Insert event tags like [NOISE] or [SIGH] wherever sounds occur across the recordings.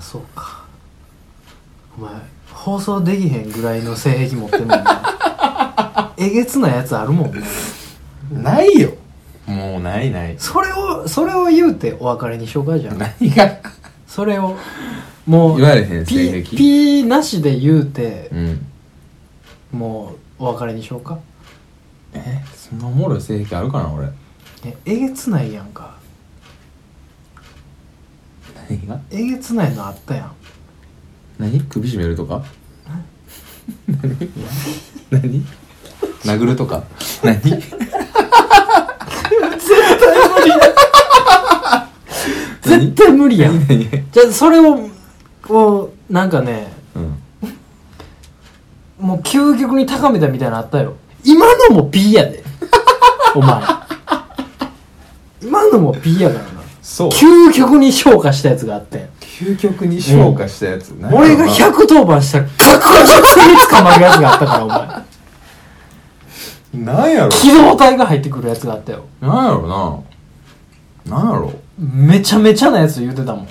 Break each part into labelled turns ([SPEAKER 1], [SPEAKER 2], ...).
[SPEAKER 1] そうかお前放送できへんぐらいの性癖持ってんもんな
[SPEAKER 2] [LAUGHS]
[SPEAKER 1] えげつなやつあるもんね
[SPEAKER 2] ないよもうないない
[SPEAKER 1] それをそれを言うてお別れにしようかじゃん
[SPEAKER 2] 何が
[SPEAKER 1] それをもう
[SPEAKER 2] 言われへん
[SPEAKER 1] ピ
[SPEAKER 2] 性癖
[SPEAKER 1] ピーなしで言うて
[SPEAKER 2] うん
[SPEAKER 1] もうお別れにしようか
[SPEAKER 2] えそんなおもろい性癖あるかな俺
[SPEAKER 1] ええげつないやんか
[SPEAKER 2] 何が
[SPEAKER 1] えげつないのあったやん
[SPEAKER 2] 何首絞めるとか何何殴るとか何
[SPEAKER 1] 絶対無理やん
[SPEAKER 2] 何
[SPEAKER 1] じゃあそれをこうなんかね
[SPEAKER 2] うん
[SPEAKER 1] もう究極に高めたみたいなのあったよ今のも P やでお前今のも P やからな
[SPEAKER 2] そう
[SPEAKER 1] 究極に昇華したやつがあってん
[SPEAKER 2] 究極に昇華したやつ、何
[SPEAKER 1] 俺が
[SPEAKER 2] やろ
[SPEAKER 1] 110番したら確実に捕まるやつがあったからお前
[SPEAKER 2] ななんやろ
[SPEAKER 1] 機動隊が入ってくるやつがあったよ
[SPEAKER 2] なんやろななんやろ
[SPEAKER 1] めちゃめちゃなやつ言うてたもん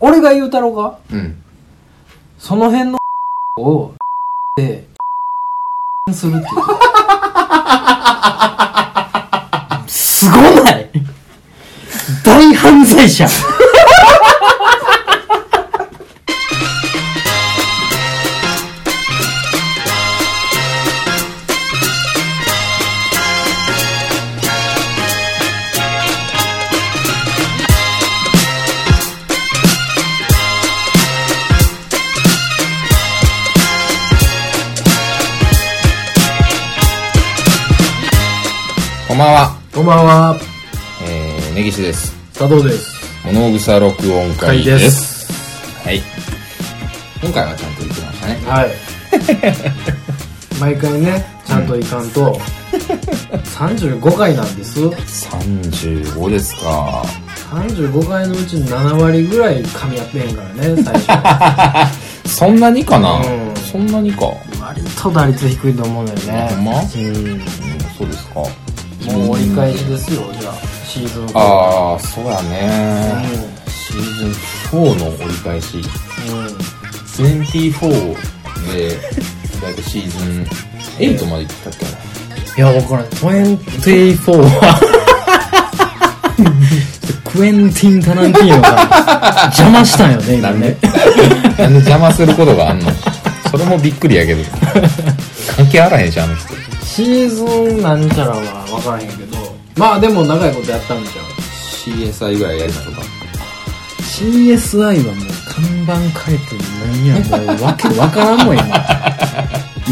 [SPEAKER 1] 俺が言うたろうか
[SPEAKER 2] うん
[SPEAKER 1] その辺のをでするっていうすごない大犯罪者
[SPEAKER 2] こんばんは
[SPEAKER 1] こんばんは
[SPEAKER 2] えー、根岸です
[SPEAKER 1] 佐藤です
[SPEAKER 2] 物草録音会です
[SPEAKER 1] す
[SPEAKER 2] はい今回はちゃんと行きましたね
[SPEAKER 1] はい [LAUGHS] 毎回ねちゃんといかんと、35回なんです
[SPEAKER 2] 35ですか
[SPEAKER 1] 35回のうち7割ぐらい噛み合ってへんからね最初
[SPEAKER 2] そんなにかな、
[SPEAKER 1] うん
[SPEAKER 2] そんなにか
[SPEAKER 1] 割と打率低いと思うんだよね
[SPEAKER 2] ほんま
[SPEAKER 1] うん
[SPEAKER 2] うんそうですか
[SPEAKER 1] もう折り返しですよじゃあシーズン
[SPEAKER 2] ああそうや
[SPEAKER 1] うん
[SPEAKER 2] ね、シーズン4の折り返し
[SPEAKER 1] うん
[SPEAKER 2] 24でだいたいシーズン8まで行ったっけな
[SPEAKER 1] や、
[SPEAKER 2] い
[SPEAKER 1] わからん。24は、クエンティン・タランティーノが邪魔したんよね、今ね。
[SPEAKER 2] なんで邪魔することがあんのそれもびっくりやけど関係あらへんじゃんあの人
[SPEAKER 1] シーズンなんちゃらはわからへんけど、まあでも長いことやったんじゃん。
[SPEAKER 2] CSI ぐらいやりましょうか
[SPEAKER 1] CSI はもう看板変えて何や、もうわけわからんもん、今。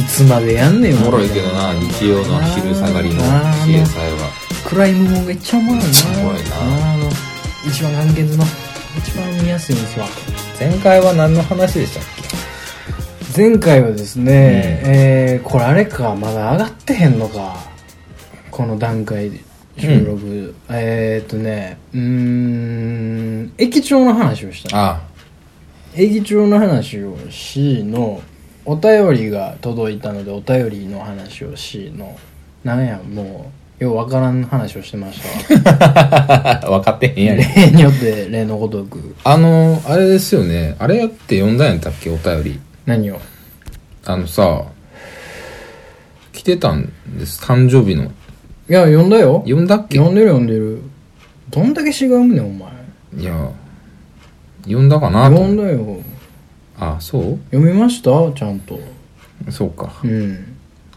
[SPEAKER 1] いつまでやんねん、
[SPEAKER 2] おもろいけどな日曜の昼下がりの CSI
[SPEAKER 1] なあ
[SPEAKER 2] は
[SPEAKER 1] クライムもんが一番おもろいな。
[SPEAKER 2] おもろいな
[SPEAKER 1] ああの、一番完結の、一番見やすいんですわ。
[SPEAKER 2] 前回は何の話でしたっ
[SPEAKER 1] 前回はですね、
[SPEAKER 2] うん
[SPEAKER 1] えー、これあれかまだ上がってへんのかこの段階で収録、えー、っとねうーん駅長の話をした
[SPEAKER 2] あ [LAUGHS]
[SPEAKER 1] 駅長の話をしのお便りが届いたのでお便りの話をしのなんやもうようわからん話をしてましたわ
[SPEAKER 2] あ分かってへんやね
[SPEAKER 1] 例によって例のごとく
[SPEAKER 2] あのあれですよねあれやって呼んだんやったっけお便り
[SPEAKER 1] 何を
[SPEAKER 2] あのさ来てたんです誕生日の
[SPEAKER 1] いや呼んだよ
[SPEAKER 2] 呼んだっけ
[SPEAKER 1] 呼んでる呼んでるどんだけ違うんねんお前
[SPEAKER 2] いや呼んだかなと
[SPEAKER 1] 呼ん
[SPEAKER 2] 思っ
[SPEAKER 1] だよ
[SPEAKER 2] あそ
[SPEAKER 1] 読みましたちゃんと
[SPEAKER 2] うそうか
[SPEAKER 1] うん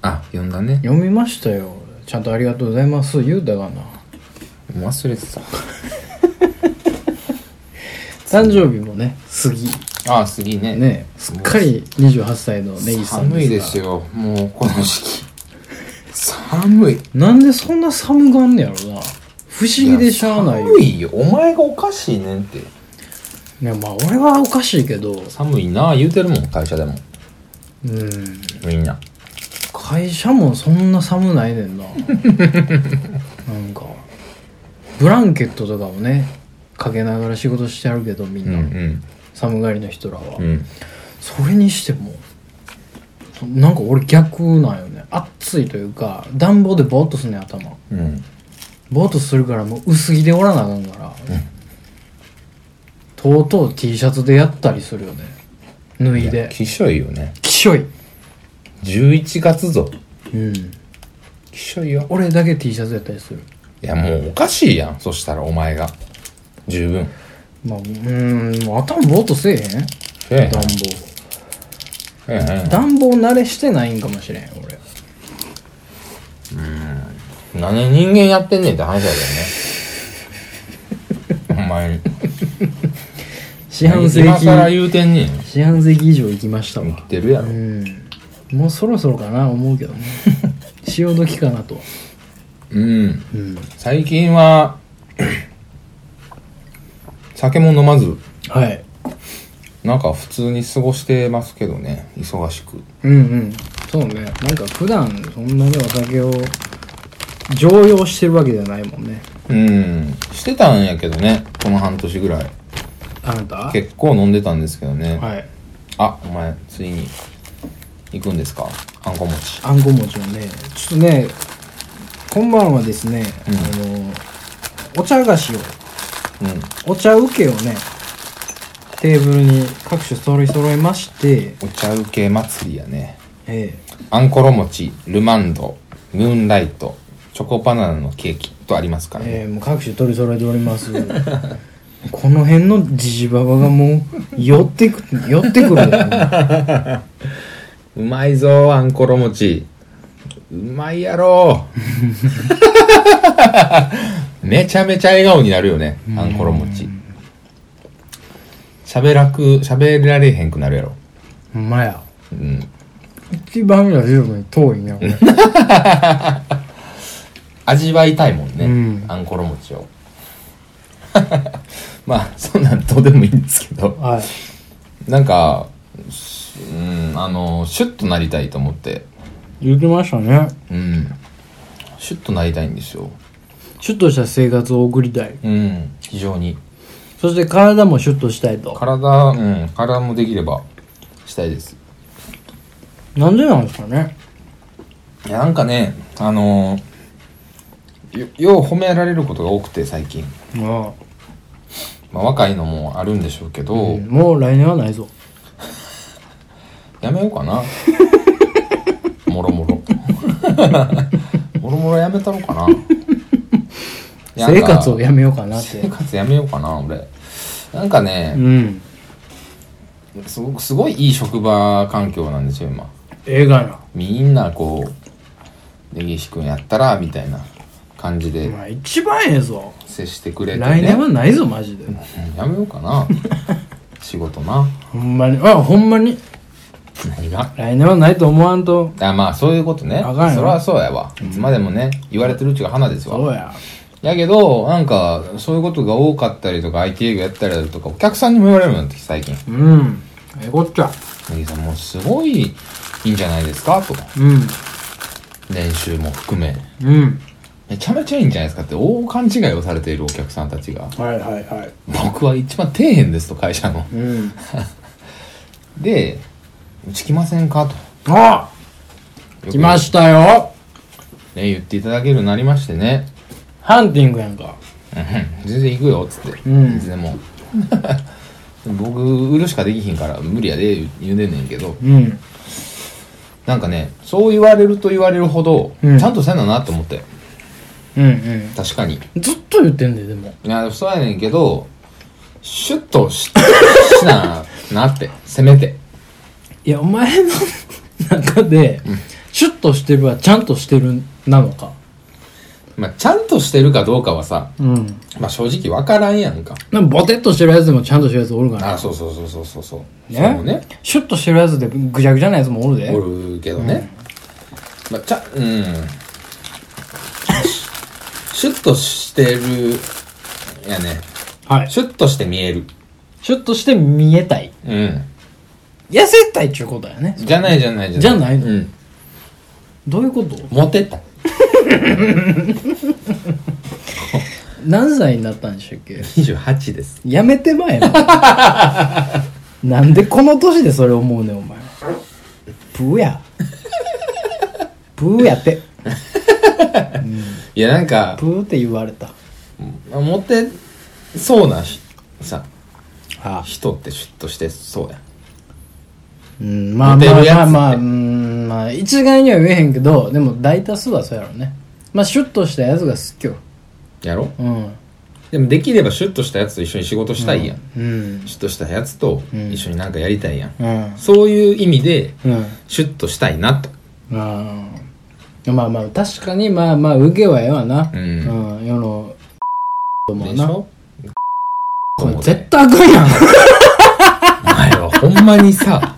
[SPEAKER 2] あ呼んだね
[SPEAKER 1] 読みましたよちゃんとありがとうございます言うた [LAUGHS] がな
[SPEAKER 2] 忘れてた
[SPEAKER 1] 誕生日もね過ぎ
[SPEAKER 2] ああ次ね
[SPEAKER 1] ねすっかり28歳のネギさん
[SPEAKER 2] 寒いです
[SPEAKER 1] よ
[SPEAKER 2] よもうこの時期寒い
[SPEAKER 1] なんでそんな寒がんねやろな不思議でしゃあないよ
[SPEAKER 2] 寒いよお前がおかしいねんって
[SPEAKER 1] ねまあ俺はおかしいけど
[SPEAKER 2] 寒いな言うてるもん会社でも
[SPEAKER 1] うん
[SPEAKER 2] みんな
[SPEAKER 1] 会社もそんな寒ないね
[SPEAKER 2] [LAUGHS]
[SPEAKER 1] んななんかブランケットとかをねかけながら仕事してあるけどみん
[SPEAKER 2] うん
[SPEAKER 1] な、
[SPEAKER 2] うん
[SPEAKER 1] 寒がりの人らは、
[SPEAKER 2] うん
[SPEAKER 1] それにしてもなんか俺逆なんよね暑いというか暖房でボーっとすんねん頭
[SPEAKER 2] うん
[SPEAKER 1] ボーっとするからもう薄着でおらなあかんから、とうとう T シャツでやったりするよね脱いで
[SPEAKER 2] きしょいよね。
[SPEAKER 1] きしょい、
[SPEAKER 2] 11月ぞ。
[SPEAKER 1] うん、
[SPEAKER 2] きしょいよ。
[SPEAKER 1] 俺だけ T シャツやったりする
[SPEAKER 2] いや、もうおかしいやん。そしたらお前が。十分。
[SPEAKER 1] まあうーんもう頭ぼーっとせえへん
[SPEAKER 2] え
[SPEAKER 1] 暖房
[SPEAKER 2] え、ええ、
[SPEAKER 1] 暖房慣れしてないんかもしれん俺
[SPEAKER 2] 何人間やってんねんって話だけど [LAUGHS] ね。お前に。
[SPEAKER 1] 四半世
[SPEAKER 2] 今更
[SPEAKER 1] 紀
[SPEAKER 2] 言うてんねん。
[SPEAKER 1] 四半世紀以上行きました
[SPEAKER 2] 生
[SPEAKER 1] わ
[SPEAKER 2] きてるやろ
[SPEAKER 1] う。んもうそろそろかな思うけど [LAUGHS] ね潮時かなと
[SPEAKER 2] うん。
[SPEAKER 1] うん
[SPEAKER 2] 最近は、 [COUGHS] 酒も飲まず、
[SPEAKER 1] はい
[SPEAKER 2] なんか普通に過ごしてますけどね。忙しく。
[SPEAKER 1] うんうんそうねなんか普段そんなにお酒を常用してるわけじゃないもんね
[SPEAKER 2] うん。してたんやけどね。この半年ぐらい。
[SPEAKER 1] あなた
[SPEAKER 2] 結構飲んでたんですけどね。
[SPEAKER 1] はい
[SPEAKER 2] あ、お前、ついに、行くんですかあんこ餅。
[SPEAKER 1] あんこ餅をねちょっとね今晩はですね、
[SPEAKER 2] うん
[SPEAKER 1] あのお茶菓子を
[SPEAKER 2] うん。
[SPEAKER 1] お茶受けをねテーブルに各種揃い揃えまして
[SPEAKER 2] お茶受け祭りやね。
[SPEAKER 1] え
[SPEAKER 2] あんころ餅、ルマンド、ムーンライト、チョコバナナのケーキとありますからね。
[SPEAKER 1] えええもう各種取り揃えております [LAUGHS] この辺のジジババがもう寄ってく寄ってくるんだよね
[SPEAKER 2] うまいぞ、あんころ餅。うまい
[SPEAKER 1] [LAUGHS]
[SPEAKER 2] やろ。めちゃめちゃ笑顔になるよね、あんころ餅。喋らく、喋られへんくなるやろ。
[SPEAKER 1] ほんまや
[SPEAKER 2] うん。
[SPEAKER 1] 一番ラジオに遠いね俺
[SPEAKER 2] 味わいたいもんね、
[SPEAKER 1] うん
[SPEAKER 2] あんころ餅を [LAUGHS] まあそんなんどうでもいいんですけど
[SPEAKER 1] はい
[SPEAKER 2] なんかうんあのシュッとなりたいと思って
[SPEAKER 1] 言ってましたね
[SPEAKER 2] うんシュッとなりたいんですよ
[SPEAKER 1] シュッとした生活を送りたい
[SPEAKER 2] うん非常に
[SPEAKER 1] そして体もシュッとしたいと
[SPEAKER 2] 体うん体もできればしたいです
[SPEAKER 1] なんでなんですかね
[SPEAKER 2] いやなんかねあのよよう褒められることが多くて最近、
[SPEAKER 1] あ
[SPEAKER 2] まあ、若いのもあるんでしょうけど、
[SPEAKER 1] あもう来年はないぞ
[SPEAKER 2] やめようか [LAUGHS] な。もろも [LAUGHS] ろ。もろもろやめたろかな。
[SPEAKER 1] 生活を
[SPEAKER 2] や
[SPEAKER 1] やめようかな
[SPEAKER 2] め
[SPEAKER 1] っ
[SPEAKER 2] 生
[SPEAKER 1] て
[SPEAKER 2] 活やめようかな、俺。なんか
[SPEAKER 1] う
[SPEAKER 2] ね、
[SPEAKER 1] ん
[SPEAKER 2] すごく、すごいいい職場環境なんですよ、今。
[SPEAKER 1] 映画な
[SPEAKER 2] みんなこう、根岸君やったら、みたいな感じ
[SPEAKER 1] お
[SPEAKER 2] で
[SPEAKER 1] 前一番ええぞ
[SPEAKER 2] 接してくれて、ね。
[SPEAKER 1] 来年はないぞマジで
[SPEAKER 2] うんやめよう
[SPEAKER 1] [LAUGHS]
[SPEAKER 2] かな。仕事な。
[SPEAKER 1] ほんまにあほんまに
[SPEAKER 2] 何が
[SPEAKER 1] 来年はないと思わんと
[SPEAKER 2] あまあ、そういうことね。
[SPEAKER 1] あかんよ
[SPEAKER 2] それはそうやわ。いつまでもね、言われてるうちが花ですわ。
[SPEAKER 1] そうや
[SPEAKER 2] やけど、なんか、そういうことが多かったりとか、IT 営業やったりだとか、お客さんにも言われるようになってきて、最近。
[SPEAKER 1] うんええこっちゃ
[SPEAKER 2] ネギさん、もうすごいいいんじゃないですかとか、
[SPEAKER 1] う
[SPEAKER 2] 練習も含め、
[SPEAKER 1] んうん
[SPEAKER 2] めちゃめちゃいいんじゃないですかって、大勘違いをされているお客さんたちが、
[SPEAKER 1] はいはいはい
[SPEAKER 2] 僕は一番底辺ですと、会社の。
[SPEAKER 1] うん
[SPEAKER 2] で、うち来ませんかと。
[SPEAKER 1] あ来ましたよ
[SPEAKER 2] た。ね、言っていただけるようになりましてね。
[SPEAKER 1] ハンティングやんか
[SPEAKER 2] うん [LAUGHS] 全然行くよっつって、
[SPEAKER 1] うん
[SPEAKER 2] いつでも [LAUGHS] 僕売るしかできひんから無理やで言うてんねんけど
[SPEAKER 1] うん
[SPEAKER 2] なんかねそう言われると言われるほど、
[SPEAKER 1] うん
[SPEAKER 2] ちゃんとせんだなと思って
[SPEAKER 1] うん
[SPEAKER 2] 確かに
[SPEAKER 1] うんずっと言ってんででも
[SPEAKER 2] いやそうやねんけどシュッとし [LAUGHS] しななってせめて
[SPEAKER 1] いやお前の中でシュッとしてるはちゃんとしてるなのか
[SPEAKER 2] まあちゃんとしてるかどうかはさ
[SPEAKER 1] うん
[SPEAKER 2] まあ正直わからんやんか
[SPEAKER 1] なんかボテッとしてるやつでもちゃんとしてるやつおるから
[SPEAKER 2] あそうそうそうそうそうそう
[SPEAKER 1] ね
[SPEAKER 2] そうね
[SPEAKER 1] シュッとしてるやつでぐちゃぐちゃなやつもおるで
[SPEAKER 2] おるけどね、まあちゃうんシュッとしてるやね
[SPEAKER 1] はい
[SPEAKER 2] シュッとして見える
[SPEAKER 1] シュッとして見えたい
[SPEAKER 2] うん
[SPEAKER 1] 痩せたいっちゅうことやね
[SPEAKER 2] じゃないじゃないじゃない
[SPEAKER 1] じゃないの
[SPEAKER 2] うん
[SPEAKER 1] どういうこと
[SPEAKER 2] モテた
[SPEAKER 1] 何歳になったんでしたっけ
[SPEAKER 2] 28です
[SPEAKER 1] やめてまえ [LAUGHS] もうなんでこの年でそれ思うねんお前ブーやブーやって
[SPEAKER 2] いやなんか
[SPEAKER 1] ブーって言われた
[SPEAKER 2] モテそうなしさ
[SPEAKER 1] あ
[SPEAKER 2] 人ってシュッとしてそうやん
[SPEAKER 1] うんまあ
[SPEAKER 2] モテ
[SPEAKER 1] まあ
[SPEAKER 2] るやつ
[SPEAKER 1] まあまあ、うんまあ、一概には言えへんけどでも大多数はそうやろねまあシュッとしたやつが好きよ
[SPEAKER 2] やろ
[SPEAKER 1] うん
[SPEAKER 2] でもできればシュッとしたやつと一緒に仕事したいやん、
[SPEAKER 1] うん
[SPEAKER 2] シュッとしたやつと一緒になんかやりたいやん、
[SPEAKER 1] うん
[SPEAKER 2] そういう意味で
[SPEAKER 1] うん
[SPEAKER 2] シュッとしたいなと
[SPEAKER 1] あーまあまあ確かにまあまあ受けはええわな
[SPEAKER 2] うん
[SPEAKER 1] うん、世のとも
[SPEAKER 2] でし
[SPEAKER 1] な
[SPEAKER 2] ょ
[SPEAKER 1] これ絶対あかんやん
[SPEAKER 2] お前はほんま
[SPEAKER 1] [LAUGHS]
[SPEAKER 2] にさ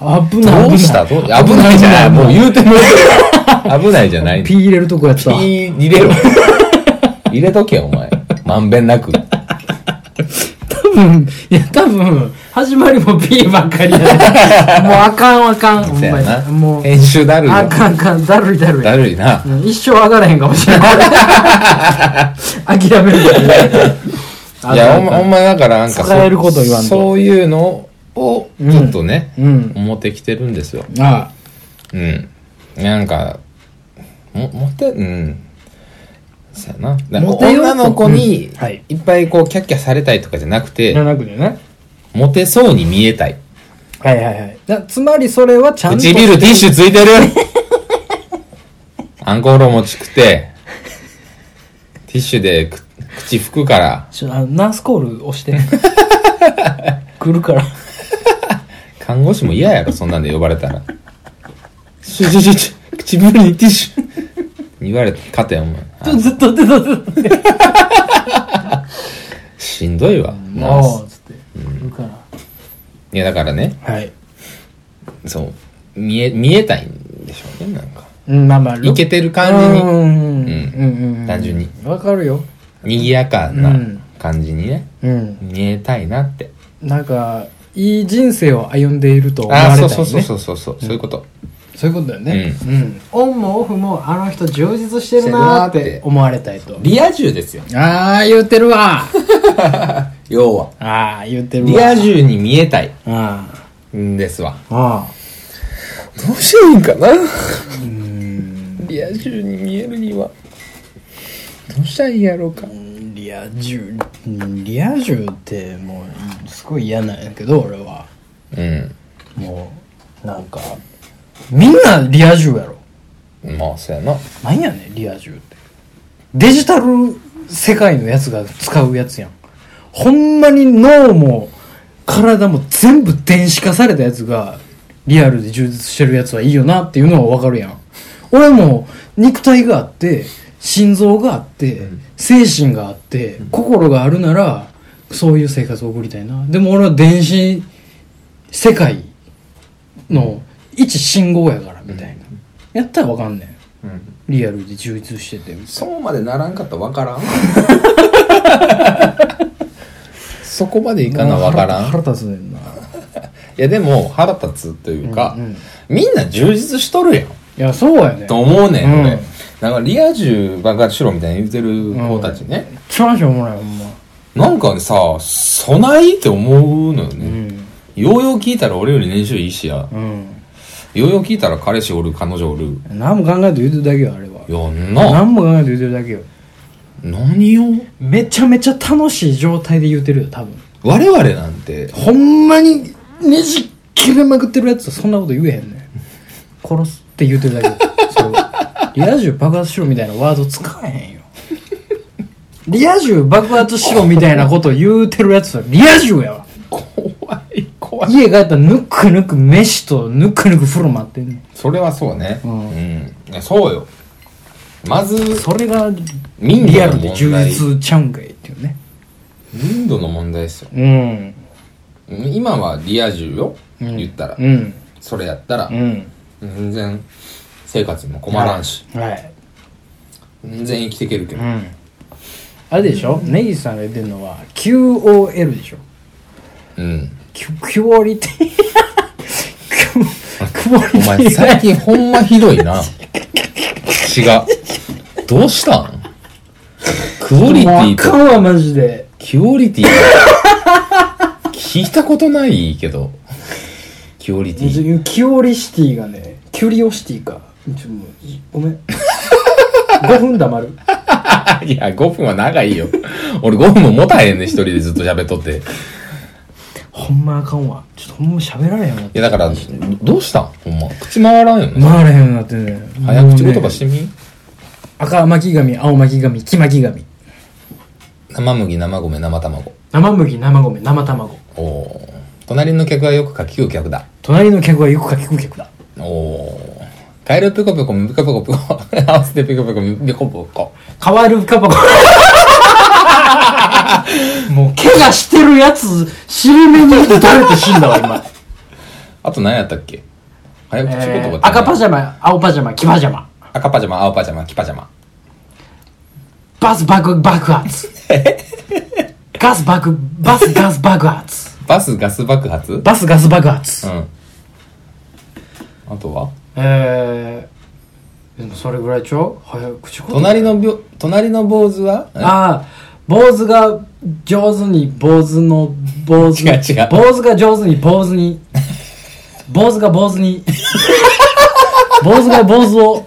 [SPEAKER 1] 危ない
[SPEAKER 2] どうしたどう危ないじゃないもう言うてもうてる危ないじゃない
[SPEAKER 1] ピー入れるとこやった
[SPEAKER 2] ピー入れろ [LAUGHS] 入れとけよお前まんべんなく
[SPEAKER 1] 多分いや多分始まりもピーばっかりや
[SPEAKER 2] [LAUGHS]
[SPEAKER 1] でもうあかんあかんほん
[SPEAKER 2] せ
[SPEAKER 1] ま
[SPEAKER 2] やな
[SPEAKER 1] にもう
[SPEAKER 2] 編集だるいよ
[SPEAKER 1] あかんあかんだるいだるい
[SPEAKER 2] だるいな
[SPEAKER 1] うん一生上がらへんかもしれない
[SPEAKER 2] [LAUGHS]
[SPEAKER 1] 諦める
[SPEAKER 2] いやほんまほんまだからなんかそ
[SPEAKER 1] 使えること言わんと
[SPEAKER 2] そういうのをちょっとね、
[SPEAKER 1] うん
[SPEAKER 2] 思ってきてるんですよ
[SPEAKER 1] あ
[SPEAKER 2] うんなんかもモテうんそうやなだから
[SPEAKER 1] モテようと
[SPEAKER 2] 女の子に
[SPEAKER 1] うんはい
[SPEAKER 2] いっぱいこうキャッキャされたいとかじゃなくて、
[SPEAKER 1] じゃなくてね
[SPEAKER 2] モテそうに見えたい
[SPEAKER 1] はいはいはいだつまりそれはちゃんと
[SPEAKER 2] 唇ティッシュつい
[SPEAKER 1] [LAUGHS]
[SPEAKER 2] てるアンコールもちくてティッシュでく口拭くから
[SPEAKER 1] ちょあのナースコール押して
[SPEAKER 2] [LAUGHS]
[SPEAKER 1] 来るから
[SPEAKER 2] 看護師も嫌やろそんなんで呼ばれたら「シュシュシュシュ唇にティッシュ」言われたかてお前
[SPEAKER 1] ちょずっとずっとずっとずっと
[SPEAKER 2] しんどいわナー
[SPEAKER 1] もう
[SPEAKER 2] ス
[SPEAKER 1] つって来るから
[SPEAKER 2] いやだからね
[SPEAKER 1] はい
[SPEAKER 2] そう見え見えたいんでしょうねなんか
[SPEAKER 1] うんまあまあ
[SPEAKER 2] いけてる感じ
[SPEAKER 1] う
[SPEAKER 2] に
[SPEAKER 1] んうんうんうん
[SPEAKER 2] 単純に
[SPEAKER 1] わかるよ
[SPEAKER 2] 賑やか
[SPEAKER 1] う
[SPEAKER 2] なん感じにね
[SPEAKER 1] うん
[SPEAKER 2] 見えたいなって
[SPEAKER 1] なんかいい人生を歩んでいると思われ
[SPEAKER 2] あ
[SPEAKER 1] た
[SPEAKER 2] あ
[SPEAKER 1] い
[SPEAKER 2] そ
[SPEAKER 1] ね
[SPEAKER 2] うそうそうそうそうそうそういうこと
[SPEAKER 1] そういうことだよね、うんオンもオフもあの人充実してるなーっ
[SPEAKER 2] してるなー
[SPEAKER 1] て
[SPEAKER 2] って
[SPEAKER 1] 思われたいと
[SPEAKER 2] リア充ですよ
[SPEAKER 1] ああ言ってる
[SPEAKER 2] [LAUGHS]
[SPEAKER 1] わ
[SPEAKER 2] 要は
[SPEAKER 1] ああ言ってるわ
[SPEAKER 2] リア充に見えたい
[SPEAKER 1] あ
[SPEAKER 2] んですわ
[SPEAKER 1] ああ
[SPEAKER 2] どうしていいんかなリア充に見えるにはどうしたらいいやろうか
[SPEAKER 1] あリア充リア充ってもうすごい嫌なんやけど俺は
[SPEAKER 2] うん
[SPEAKER 1] もうなんかみんなリア充やろ
[SPEAKER 2] まあそうやな
[SPEAKER 1] なんやねんリア充ってデジタル世界のやつが使うやつやんほんまに脳も体も全部電子化されたやつがリアルで充実してるやつはいいよなっていうのはわかるやん俺も肉体があって心臓があって精神があって心があるならそういう生活を送りたいなでも俺は電子世界の一信号やからみたいなやったらわかんねん
[SPEAKER 2] うん
[SPEAKER 1] リアルで充実してて
[SPEAKER 2] そうまでならんかったらわからん [LAUGHS] そこまでいかなわからんい
[SPEAKER 1] 腹立つねんな
[SPEAKER 2] やでも腹立つというか、
[SPEAKER 1] うんうん
[SPEAKER 2] みんな充実しとるやん
[SPEAKER 1] いやそうやね
[SPEAKER 2] と思うねん、
[SPEAKER 1] うん
[SPEAKER 2] 俺なんかリア充爆発しろみたいに言うてる子たちね、
[SPEAKER 1] 一番しょうもないほんま
[SPEAKER 2] なんかねさそないって思うのよ
[SPEAKER 1] う
[SPEAKER 2] ね、
[SPEAKER 1] ん
[SPEAKER 2] ようよう聞いたら俺より年収いいしや
[SPEAKER 1] うん
[SPEAKER 2] ようよう聞いたら彼氏おる彼女おる
[SPEAKER 1] 何も考えて言うてるだけよあれはい
[SPEAKER 2] やんな
[SPEAKER 1] 何も考えて言うてるだけよ
[SPEAKER 2] 何を
[SPEAKER 1] めちゃめちゃ楽しい状態で言うてるよ多分
[SPEAKER 2] 我々なんて
[SPEAKER 1] ほんまにねじ切れまくってるやつはそんなこと言えへんねん殺すって言うてるだけよそうリア充爆発しろみたいなワード使えへんよリア充爆発しろみたいなこと言うてるやつはリア充やわ
[SPEAKER 2] 怖い怖
[SPEAKER 1] [LAUGHS]
[SPEAKER 2] い
[SPEAKER 1] 家帰ったらぬくぬく飯とぬくぬく風呂待ってんねん
[SPEAKER 2] それはそうねう
[SPEAKER 1] うん
[SPEAKER 2] ん、いやそうよまず
[SPEAKER 1] それが
[SPEAKER 2] 民
[SPEAKER 1] リ
[SPEAKER 2] 度
[SPEAKER 1] ア
[SPEAKER 2] の
[SPEAKER 1] ルで充
[SPEAKER 2] 問題
[SPEAKER 1] 実ちゃうんかいっていうね
[SPEAKER 2] 民度の問題ですよ
[SPEAKER 1] うん
[SPEAKER 2] 今はリア充よ、
[SPEAKER 1] うん
[SPEAKER 2] 言ったら、
[SPEAKER 1] うん
[SPEAKER 2] それやったら、
[SPEAKER 1] うん
[SPEAKER 2] 全然生活にも困らんし、
[SPEAKER 1] はい
[SPEAKER 2] 全然生きていけるけ
[SPEAKER 1] う
[SPEAKER 2] ど、
[SPEAKER 1] んあれでしょネギさんが言ってるのは QOL でしょ
[SPEAKER 2] うん、
[SPEAKER 1] キュクオリティ [LAUGHS] ククオリテ
[SPEAKER 2] お
[SPEAKER 1] ィ
[SPEAKER 2] 前最近ほんまひどいな血がどうしたんクオリテ
[SPEAKER 1] もう
[SPEAKER 2] ィ
[SPEAKER 1] あか
[SPEAKER 2] と
[SPEAKER 1] んわマジで
[SPEAKER 2] キュオリティ聞いたことないけどキュオリティ
[SPEAKER 1] キュオリシティがねキュリオシティかちょもうごめん5分黙る
[SPEAKER 2] いや、5分は長いよ。俺5分も持たへんね、一人でずっと喋っとって。い
[SPEAKER 1] [LAUGHS] ほんまあかんわちょっとほんま喋られへんようになって
[SPEAKER 2] や、だから、どどうしたんほんま。口回らんよね。
[SPEAKER 1] 回らへんようになってね
[SPEAKER 2] 早口言
[SPEAKER 1] もう
[SPEAKER 2] 葉
[SPEAKER 1] ね
[SPEAKER 2] してみ
[SPEAKER 1] 赤巻き紙青巻き紙黄巻き紙
[SPEAKER 2] 生麦、生米、生卵。
[SPEAKER 1] 生麦生米生卵
[SPEAKER 2] おお。隣の客はよくかき食う客だ。
[SPEAKER 1] 隣の客はよくかき食う客だ
[SPEAKER 2] おお。カエルピコピコ、ピコピコピコ。 [LAUGHS] 合わせてピコピコ、ピコピコ。
[SPEAKER 1] 変わるかばこ [LAUGHS] もう怪我してるやつ尻目に打たれて [LAUGHS] 死んだわ今、
[SPEAKER 2] あと何やったっけ早口言葉って
[SPEAKER 1] え
[SPEAKER 2] 何、
[SPEAKER 1] ー赤パジャマ青パジャマ黄パジャマ
[SPEAKER 2] 赤パジャマ、青パジャマ、黄パジャマ。
[SPEAKER 1] バス爆爆 [LAUGHS] 発ガス爆バスガス爆発
[SPEAKER 2] バスガス爆発
[SPEAKER 1] バスガス爆発、
[SPEAKER 2] うん。あとは
[SPEAKER 1] えー、でもそれぐらいちょ早口言葉
[SPEAKER 2] 隣のびょ、隣の坊主は
[SPEAKER 1] ああ坊主が上手に坊主の坊主に
[SPEAKER 2] 違う違う
[SPEAKER 1] 坊主が上手に坊主に坊主が坊主に坊主が坊主を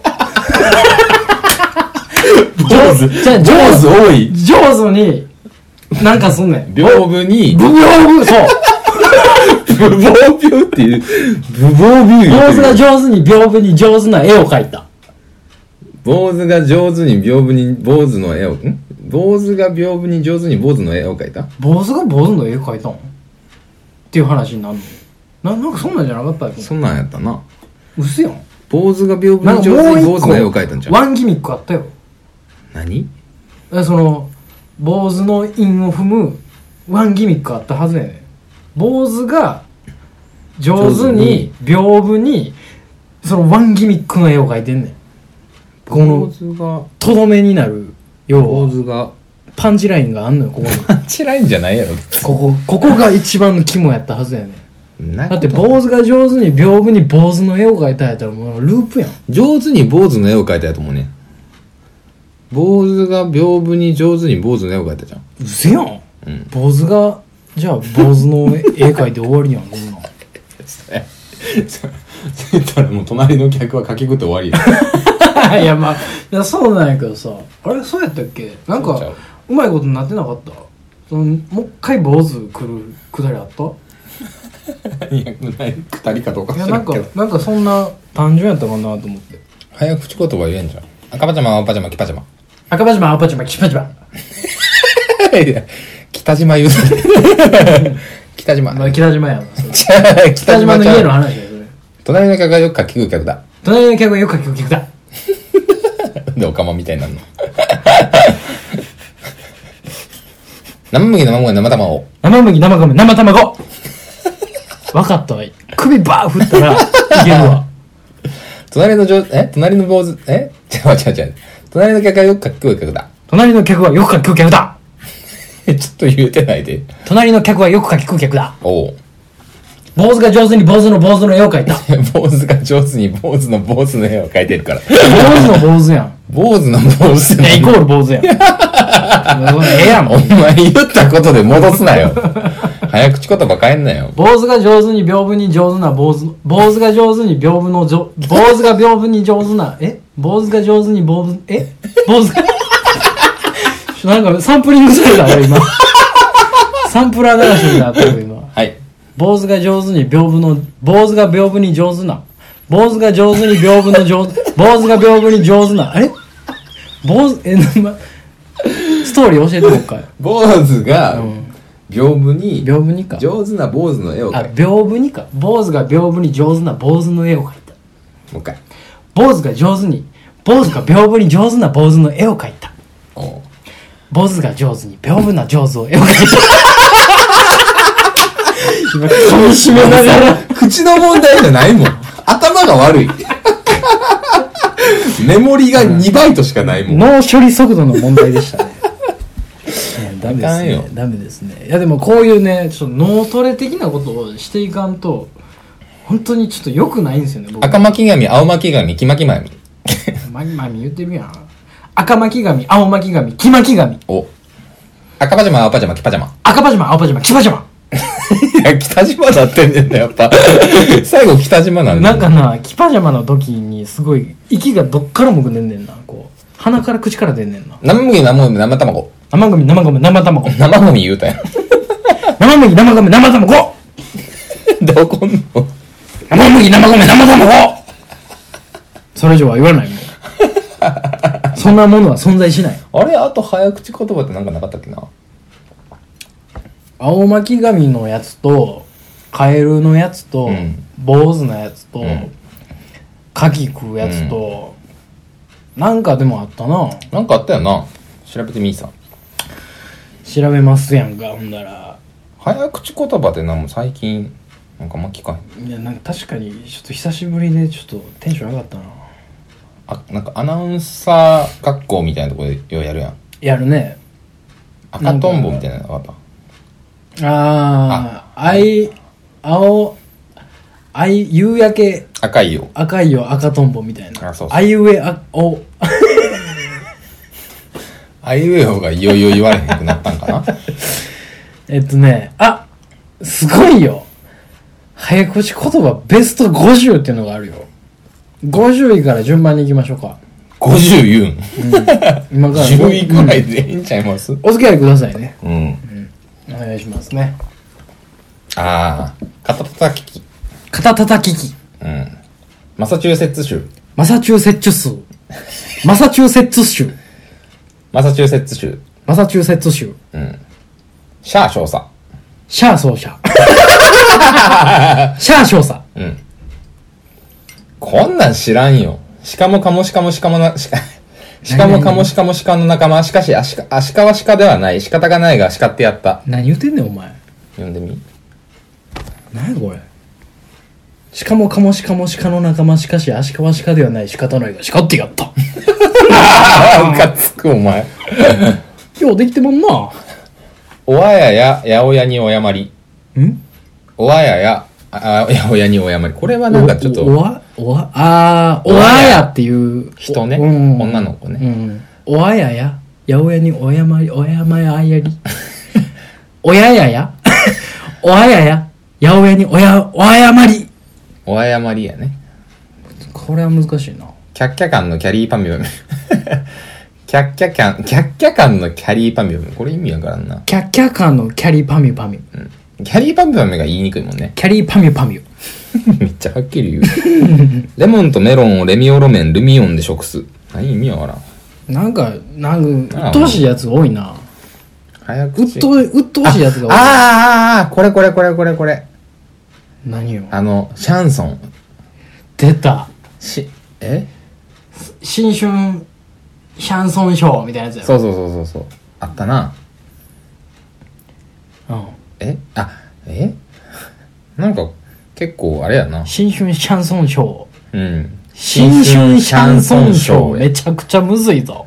[SPEAKER 2] 坊主
[SPEAKER 1] じゃあ
[SPEAKER 2] [LAUGHS] 坊主多い
[SPEAKER 1] 上手になんかすんねん
[SPEAKER 2] 屏風
[SPEAKER 1] [LAUGHS]
[SPEAKER 2] に、
[SPEAKER 1] ブブブそう
[SPEAKER 2] ブボービューっていう、ブボービュー言
[SPEAKER 1] 坊
[SPEAKER 2] う
[SPEAKER 1] 主
[SPEAKER 2] て
[SPEAKER 1] が
[SPEAKER 2] る
[SPEAKER 1] 上手に屏風に上手な絵を描いた
[SPEAKER 2] 坊主が上手に屏風に坊主の絵を、ん坊主が屏風に上手に坊主の絵を描いた
[SPEAKER 1] 坊主が坊主の絵描いたんっていう話になるのななんかそんなんじゃなかったっけ
[SPEAKER 2] そんなんやったな。
[SPEAKER 1] 嘘やん
[SPEAKER 2] 坊主が屏風
[SPEAKER 1] なん
[SPEAKER 2] に
[SPEAKER 1] かも
[SPEAKER 2] 上手に
[SPEAKER 1] う
[SPEAKER 2] 坊
[SPEAKER 1] 一
[SPEAKER 2] 主
[SPEAKER 1] 個
[SPEAKER 2] の絵を描いたんじゃん。
[SPEAKER 1] ワンギミックあったよ
[SPEAKER 2] 何
[SPEAKER 1] えその坊主の韻を踏むワンギミックあったはずやねん坊主が上手に屏風にそのワンギミックの絵を描いてんねんこ
[SPEAKER 2] 坊
[SPEAKER 1] の
[SPEAKER 2] 主が、
[SPEAKER 1] とどめになる要
[SPEAKER 2] 坊
[SPEAKER 1] は
[SPEAKER 2] 主 [LAUGHS] が、
[SPEAKER 1] パンチラインがあんのよ [LAUGHS] ここに
[SPEAKER 2] パンチラインじゃないやろ。
[SPEAKER 1] ここここが一番の肝やったはずやねん
[SPEAKER 2] だ
[SPEAKER 1] だって坊主が上手に屏風に坊主の絵を描いたんやったらもうループやん
[SPEAKER 2] 上手に坊主の絵を描いたやと思うね坊主が屏風に上手に坊主の絵を描いた [LAUGHS] じゃん
[SPEAKER 1] うせやん
[SPEAKER 2] うん
[SPEAKER 1] 坊主がじゃあ坊主の絵描いて終わりやんこんなん
[SPEAKER 2] そしたらもう隣の客は書き食って終わり
[SPEAKER 1] [LAUGHS]
[SPEAKER 2] や
[SPEAKER 1] いやまあいやそうなんやけどさあれそうやったっけなん
[SPEAKER 2] そうちゃ
[SPEAKER 1] か
[SPEAKER 2] う
[SPEAKER 1] うまいことなってなかったそのもう一回坊主来るくだりあった
[SPEAKER 2] いやない二人かどうか
[SPEAKER 1] い
[SPEAKER 2] 知
[SPEAKER 1] や
[SPEAKER 2] ら
[SPEAKER 1] なん
[SPEAKER 2] ん
[SPEAKER 1] か
[SPEAKER 2] けど
[SPEAKER 1] なんかそんな単純やったかなと思って
[SPEAKER 2] 早口言葉言えんじゃん赤パジャマ青パジャマ黄パジャマ
[SPEAKER 1] 赤パジャマ青パジャマ黄パジャマ
[SPEAKER 2] いや北島言うて北島
[SPEAKER 1] まあ北島やな [LAUGHS] それ
[SPEAKER 2] 北
[SPEAKER 1] 北島の
[SPEAKER 2] ちゃう
[SPEAKER 1] 家の話やそれ
[SPEAKER 2] 隣の客がよく書き食う客だ [LAUGHS]
[SPEAKER 1] 隣の客がよく書き聞くだ
[SPEAKER 2] でおかまみたいになるの生麦生米生卵
[SPEAKER 1] 生麦生米生卵 [LAUGHS] 分かったわ首バー振ったらいけるわ
[SPEAKER 2] 隣の上、え隣の坊主、え違う違う違う。隣の客がよくかっこいい客だ。 [LAUGHS]
[SPEAKER 1] 隣の客はよく書き聞く客だ
[SPEAKER 2] えちょっと言うてないで。
[SPEAKER 1] 隣の客はよく書き聞く客だ
[SPEAKER 2] おう。
[SPEAKER 1] 坊主が上手に坊主の坊主の絵を描いた
[SPEAKER 2] 坊主が上手に坊主の坊主の絵を描いてるから。
[SPEAKER 1] 坊主の坊主やん。
[SPEAKER 2] 坊主の坊主の
[SPEAKER 1] え、イコール坊主やん。ええやん。
[SPEAKER 2] お前言ったことで戻すなよ。早口言葉変えんなよ。
[SPEAKER 1] 坊主が上手に屏風に上手な坊主、坊主が上手に屏風の上、坊主が屏風に上手な、え坊主が上手に坊主、え坊主が、 [LAUGHS] ちょなんかサンプリングされたわ、今。サンプラー流しになったよ、今。
[SPEAKER 2] はい。
[SPEAKER 1] 坊主が上手に屏風の、坊主が屏風に上手な。坊主が上手に屏風の上手、坊主が屏風に上手な。あれ坊主、え、な、ストーリー教えてもう一回。
[SPEAKER 2] 坊主が、屏風に、
[SPEAKER 1] 屏風にか。
[SPEAKER 2] 上手な坊主の絵を
[SPEAKER 1] あ
[SPEAKER 2] 描いて。
[SPEAKER 1] 屏風にか坊主が屏風に上手な坊主の絵を描いた
[SPEAKER 2] もう一回。
[SPEAKER 1] 坊主が上手に坊主が屏風に上手な坊主の絵を描いた
[SPEAKER 2] おう
[SPEAKER 1] 坊主が上手に屏風な上手を絵を描いた [LAUGHS] 今噛み締めながら
[SPEAKER 2] 口の問題じゃ [LAUGHS] ないもん。頭が悪い。 [LAUGHS] メモリが2バイトしかないもん。
[SPEAKER 1] 脳処理速度の問題でしたねいやダメです
[SPEAKER 2] あかんよ
[SPEAKER 1] ねダメですねいやでもこういうねちょっと脳トレ的なことをしていかんと本当にちょっと良くないんですよね僕
[SPEAKER 2] 赤巻紙、青巻紙、黄巻紙。
[SPEAKER 1] マミマミ言ってるやん赤巻紙青巻紙黄巻紙
[SPEAKER 2] [LAUGHS] お。赤パジャマ、青パジャマ、黄パジャマ。
[SPEAKER 1] 赤パジャマ青パジャマ黄パジャマ
[SPEAKER 2] いや、北島なってんねんだ、やっ [LAUGHS] ぱ。最後、北島なんだ。
[SPEAKER 1] なんかな、キパジャマの時にすごい、息がどっからもくねんねんな、こう。鼻から口から出んねんな
[SPEAKER 2] 生麦生米生卵。
[SPEAKER 1] 生ゴミ生ゴミ生卵
[SPEAKER 2] 生麦言うたやん。 [LAUGHS]
[SPEAKER 1] 生麦生ゴミ生卵
[SPEAKER 2] どこんの
[SPEAKER 1] 生麦生米生卵それ以上は言わないもんそんなものは存在しない
[SPEAKER 2] あれあと早口言葉ってなんかなかったっけな
[SPEAKER 1] 青巻紙のやつとカエルのやつと、
[SPEAKER 2] うん
[SPEAKER 1] 坊主のやつと、
[SPEAKER 2] ん
[SPEAKER 1] カキ食うやつと、なんかでもあったな
[SPEAKER 2] なんかあったよな。調べてみいさ。
[SPEAKER 1] 調べますやんかほんだら
[SPEAKER 2] 早口言葉ってなんも最近、なんかあんま聞かへん。
[SPEAKER 1] いやなんか確かにちょっと久しぶりでちょっとテンション上がったな
[SPEAKER 2] あ、なんかアナウンサー学校みたいなとこでようやるやん。
[SPEAKER 1] やるね
[SPEAKER 2] 赤トンボみたいなのわかっ
[SPEAKER 1] ああい青あい夕焼け
[SPEAKER 2] た。赤いよ。
[SPEAKER 1] 赤いよ赤とんぼみたいな
[SPEAKER 2] あそうそう
[SPEAKER 1] あいうえあお
[SPEAKER 2] あいうえおがいよいよ言われへんくなったんか [LAUGHS] な
[SPEAKER 1] えっとね、あすごいよ早口言葉ベスト50っていうのがあるよ。50位から順番に行きましょうか。
[SPEAKER 2] ?50 言うん。
[SPEAKER 1] 今から。
[SPEAKER 2] 10位ぐら
[SPEAKER 1] うん
[SPEAKER 2] いでええんちゃいます
[SPEAKER 1] お付き合いくださいね。
[SPEAKER 2] うん。
[SPEAKER 1] お願いしますね。
[SPEAKER 2] ああ、肩叩き器。
[SPEAKER 1] 肩叩き機。
[SPEAKER 2] うん。マサチューセッツ州。
[SPEAKER 1] マサチューセッツ州。マサチューセッツ州。
[SPEAKER 2] マサチューセッツ州。
[SPEAKER 1] マサチューセッツ州。
[SPEAKER 2] シャー少佐。
[SPEAKER 1] シャー奏
[SPEAKER 2] [LAUGHS]
[SPEAKER 1] 者。シャー少佐。
[SPEAKER 2] こんなん知らんよ。しかもかもしかもしかもな、しか、しかもかもしかもしかの仲間。しかし、アシカ、アシカはシカではない。仕方がないが、叱ってやった。
[SPEAKER 1] 何言ってんねん、お前。
[SPEAKER 2] 読んでみ。
[SPEAKER 1] 何やこれ。しかもかもしかもしかの仲間しかし、アシカはシカではない、仕方ないが、しかってやった。 [LAUGHS]
[SPEAKER 2] ああ、ムカつく、お前。
[SPEAKER 1] ようできてまんな。
[SPEAKER 2] おあやや、やおやにおやまり。
[SPEAKER 1] ん
[SPEAKER 2] おわやや、あ、あやおやにおやまり。これはなんかちょっ
[SPEAKER 1] おお
[SPEAKER 2] と、
[SPEAKER 1] わおわあー、お
[SPEAKER 2] おわや
[SPEAKER 1] わやっていう。
[SPEAKER 2] 人ね、
[SPEAKER 1] うん
[SPEAKER 2] 女の子
[SPEAKER 1] う
[SPEAKER 2] ね。
[SPEAKER 1] ん。おわやや、やおやにおやまり、おやまやあやり。 [LAUGHS] おややや、 [LAUGHS] おわやや、やおやにおや、おあやまり。
[SPEAKER 2] おあやまりやね。
[SPEAKER 1] これは難しいな。
[SPEAKER 2] キャッキャ感のキャリーパミュム。 [LAUGHS] キャッキャ感、キャッキャ感のキャリーパミュム。これ意味わからんな。
[SPEAKER 1] キャッキャカのキャリーパミュパミュ。
[SPEAKER 2] キャリーパミュパミュが言いにくいもんね。
[SPEAKER 1] キャリーパミュパミュ。
[SPEAKER 2] めっちゃはっきり言う。レモンとメロンをレミオロメン、ルミオンで食す。何意味わからん。
[SPEAKER 1] なんか、なんか、
[SPEAKER 2] あ
[SPEAKER 1] うっとうしいやつ多いな。
[SPEAKER 2] 早
[SPEAKER 1] う
[SPEAKER 2] 口。
[SPEAKER 1] っとう、うっとうしいやつが多い。
[SPEAKER 2] あーあーあーこれこれこれこれこれ。
[SPEAKER 1] 何よ。
[SPEAKER 2] あの、シャンソン。
[SPEAKER 1] 出た。
[SPEAKER 2] し、え
[SPEAKER 1] 新春、シャンソンショーみたいなやつやろ。
[SPEAKER 2] そうそうそうそうそう。あったな。
[SPEAKER 1] うん。
[SPEAKER 2] えあ、えなんか、結構あれやな。
[SPEAKER 1] 新春シャンソンショー。
[SPEAKER 2] うん。
[SPEAKER 1] 新春シャンソンショー。
[SPEAKER 2] や
[SPEAKER 1] めちゃくちゃむずい [LAUGHS] ぞ。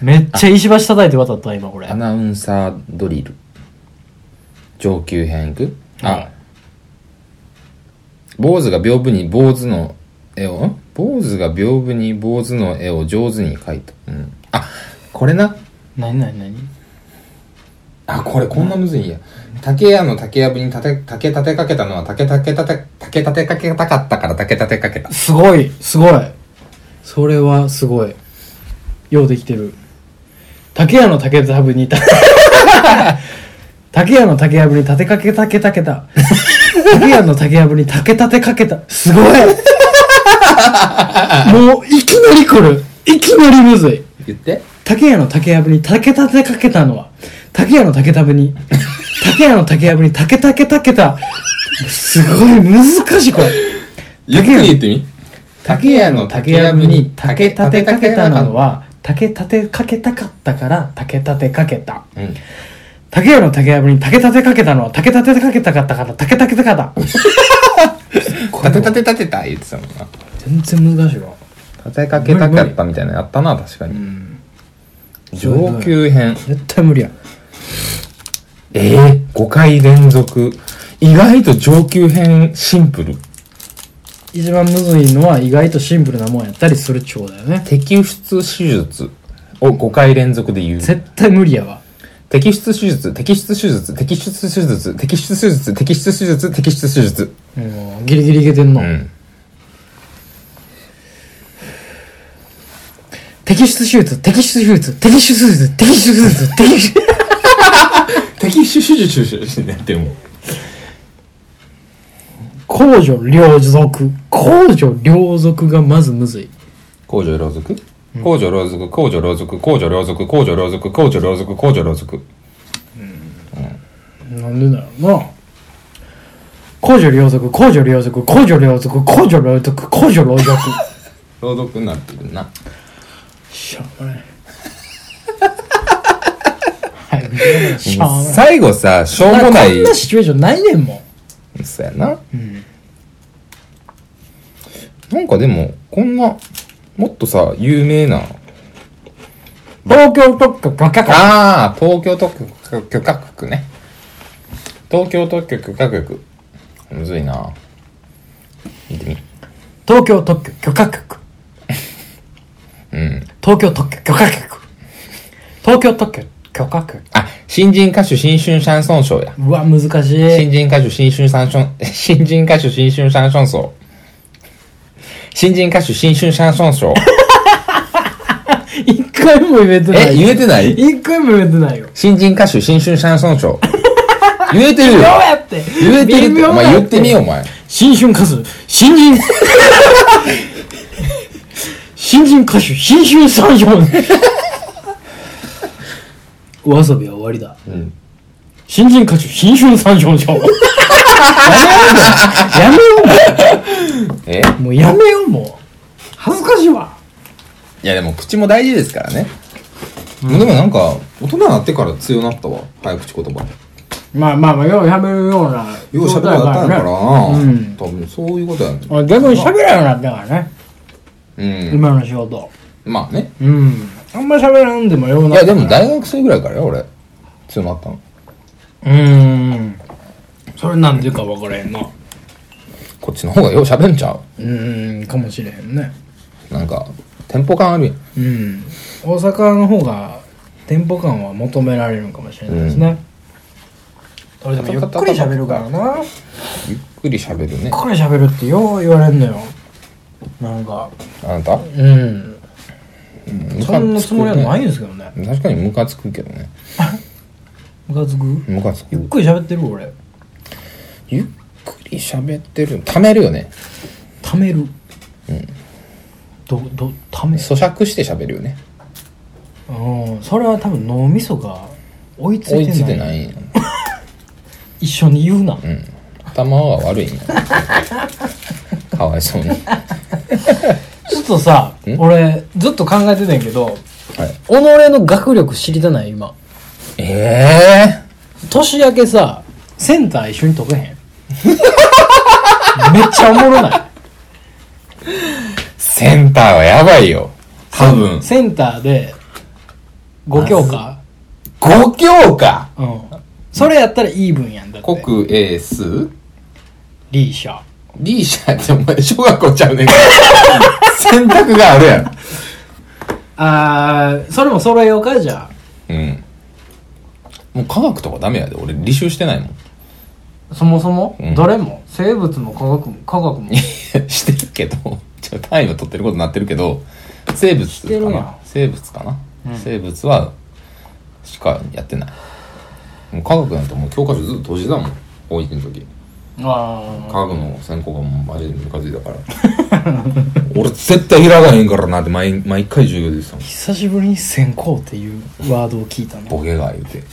[SPEAKER 1] めっちゃ石橋叩いて渡った、今これ
[SPEAKER 2] ア。ナウンサードリル。上級編いくあ、坊主が屏風に坊主の絵を、ん坊主が屏風に坊主の絵を上手に描いた。うん。あ、これな。
[SPEAKER 1] なになになに
[SPEAKER 2] あ、これこんなむずいんや。竹屋の竹やぶに竹、竹立てかけたのは竹竹立て、竹立てかけたかったから竹立てかけた。
[SPEAKER 1] すごい、すごい。それはすごい。ようできてる。竹屋の竹田部にた、竹屋の竹やぶに立てかけたけたけた。竹屋の竹やぶに竹立てかけた。すごいもう、いきなり来る。いきなりむずい。
[SPEAKER 2] 言って。
[SPEAKER 1] 竹屋の竹やぶに竹立てかけたのは、竹屋の竹たぶに、竹屋の竹やぶに竹竹竹た。すごい難しいこれ。
[SPEAKER 2] ゆっくり言ってみ。
[SPEAKER 1] 竹屋の竹やぶに竹立てかけたの。は、竹立てかけたかったから竹立てかけた。
[SPEAKER 2] うん。
[SPEAKER 1] 竹屋の竹やぶに竹立てかけたのは、竹立てかけたかったから竹竹竹た。
[SPEAKER 2] 立て立て立てた言ってたもんな。
[SPEAKER 1] 全然難しいわ。
[SPEAKER 2] 立てかけたかったみたいなのやったな、確かに。上級編。
[SPEAKER 1] 絶対無理や。
[SPEAKER 2] ええー、5回連続。意外と上級編シンプル。
[SPEAKER 1] 一番むずいのは意外とシンプルなもんやったりするっちゅうことだよね。
[SPEAKER 2] 摘出手術を5回連続で言う。
[SPEAKER 1] 絶対無理やわ。
[SPEAKER 2] 摘出手術、摘出手術、摘出手術、摘出手術、摘出手術、摘出手術。
[SPEAKER 1] もうギリギリいけてんの。
[SPEAKER 2] うん。
[SPEAKER 1] 摘出手術、摘出手術、摘出手術、摘出手術、摘出 [LAUGHS]
[SPEAKER 2] 敵シュシュシュシュシュシュってやってもう
[SPEAKER 1] 公序良俗。公序良俗がまずむずい。
[SPEAKER 2] 公序良俗公序良俗公序良俗公序良俗公序良俗公序良俗公序良俗
[SPEAKER 1] なんでだろうな。公序良俗、公序良俗、公序良俗、公序良俗、公序良俗。
[SPEAKER 2] 朗読になってるな
[SPEAKER 1] しょうもない。はいしょうもない。
[SPEAKER 2] 最後さしょうもな
[SPEAKER 1] こ
[SPEAKER 2] い
[SPEAKER 1] んなシチュエーションないねんもん。
[SPEAKER 2] そうやな、なんかでもこんなもっとさ有名な
[SPEAKER 1] 東京特許バカか。
[SPEAKER 2] ああ東京特許許可局ね東京特許許可局むずいな見てみ
[SPEAKER 1] 東京特許許可局。
[SPEAKER 2] うん
[SPEAKER 1] 東京特許許可局。東京特許許可局。
[SPEAKER 2] あ新人歌手新春シャンソン賞や
[SPEAKER 1] うわ、難しい。
[SPEAKER 2] 新人歌手新春シャンソン新人歌手新春シャンソン賞新人歌手新春シャンソン賞
[SPEAKER 1] 一回も言えてな
[SPEAKER 2] え
[SPEAKER 1] い。
[SPEAKER 2] 言えてない
[SPEAKER 1] 一回も言えてないよ。
[SPEAKER 2] 新人歌手新春シャンソン賞言えてる
[SPEAKER 1] どう
[SPEAKER 2] よ
[SPEAKER 1] やって
[SPEAKER 2] 言えてるっ
[SPEAKER 1] 微
[SPEAKER 2] て、
[SPEAKER 1] 妙
[SPEAKER 2] お
[SPEAKER 1] だ
[SPEAKER 2] 前言ってみよう、お前。
[SPEAKER 1] 新春歌手、新人。新人歌手、新春三章。お遊びは終わりだ。
[SPEAKER 2] ん
[SPEAKER 1] 新人歌手、新春三章賞。やめようも
[SPEAKER 2] え
[SPEAKER 1] う。もうやめようもう。恥ずかしいわ。
[SPEAKER 2] いやでも口も大事ですからね。でもなんか、大人になってから強なったわ。早口言葉。
[SPEAKER 1] まあまあまあ、ようやめるような。
[SPEAKER 2] よう喋るようになったんやからな。
[SPEAKER 1] うん。
[SPEAKER 2] 多分そういうことやね
[SPEAKER 1] あ逆に喋らんようになったからね。
[SPEAKER 2] うん。
[SPEAKER 1] 今の仕事。
[SPEAKER 2] まあね。
[SPEAKER 1] うん。あんま喋らんでもよう
[SPEAKER 2] い
[SPEAKER 1] なっ
[SPEAKER 2] や
[SPEAKER 1] た
[SPEAKER 2] でも大学生ぐらいからよ、俺。強なったの。
[SPEAKER 1] うーんそれなんでか分からへんなう
[SPEAKER 2] こっちの方がよう喋んちゃう。
[SPEAKER 1] ーんかもしれへんね
[SPEAKER 2] なんか、テンポ感あるやん。
[SPEAKER 1] うん大阪の方がテンポ感は求められるんかもしれないですね、それでもゆっくり喋るからなゆっ
[SPEAKER 2] ゆっくり喋るね。
[SPEAKER 1] くり喋るってよう言われんのよなんか
[SPEAKER 2] あなた
[SPEAKER 1] うん
[SPEAKER 2] ム
[SPEAKER 1] そ
[SPEAKER 2] カつくね
[SPEAKER 1] んなつもりはないんですけどね
[SPEAKER 2] 確かにムカつくけどね。
[SPEAKER 1] ムカつく
[SPEAKER 2] ムカつ
[SPEAKER 1] ゆっ
[SPEAKER 2] く。
[SPEAKER 1] くり喋ってる俺
[SPEAKER 2] ゆっくり喋ってる。溜めるよね。
[SPEAKER 1] 溜めるうんどど溜め
[SPEAKER 2] 咀嚼して喋るよね。
[SPEAKER 1] うんそれは多分脳みそが追いつ
[SPEAKER 2] 追
[SPEAKER 1] い
[SPEAKER 2] いつい
[SPEAKER 1] て
[SPEAKER 2] て
[SPEAKER 1] ない
[SPEAKER 2] ないんや。
[SPEAKER 1] 一緒に言うな、
[SPEAKER 2] うん、頭は悪 [LAUGHS] いんだかわいそうにはい
[SPEAKER 1] ちょっとさ
[SPEAKER 2] ん
[SPEAKER 1] 俺ずっと考えてたんやけど己の学力知りたない今
[SPEAKER 2] ええ
[SPEAKER 1] 年明けさセンター一緒に解けへん
[SPEAKER 2] [LAUGHS]
[SPEAKER 1] めっちゃおもろな
[SPEAKER 2] センターはやばいよ多分
[SPEAKER 1] いセンターで5教科
[SPEAKER 2] 5教科
[SPEAKER 1] うんそれやったらイーブンやんだって
[SPEAKER 2] 国英数
[SPEAKER 1] リーシャ
[SPEAKER 2] B 社ってお前小学校ちゃうねん [LAUGHS] 選択があるや
[SPEAKER 1] あーそれも揃えようかじゃ
[SPEAKER 2] んうんもう科学とかダメやで俺履修してないもん
[SPEAKER 1] あそもそも、
[SPEAKER 2] うん
[SPEAKER 1] どれも生物も科学も科学
[SPEAKER 2] [LAUGHS]
[SPEAKER 1] も
[SPEAKER 2] してるけどちょ単位は取ってることになってるけど生物
[SPEAKER 1] てる
[SPEAKER 2] か
[SPEAKER 1] や
[SPEAKER 2] なん生物かな、生物はしかやってないもう科学なんてもう教科書ずっと閉じだもん大一の時
[SPEAKER 1] あ
[SPEAKER 2] 科学の専攻がもうマジでムカついたから俺絶対開かへんからなって毎毎回授業で言ってたもん
[SPEAKER 1] 久しぶりに先行っていうワードを聞いたな
[SPEAKER 2] ボケが言うて、
[SPEAKER 1] うん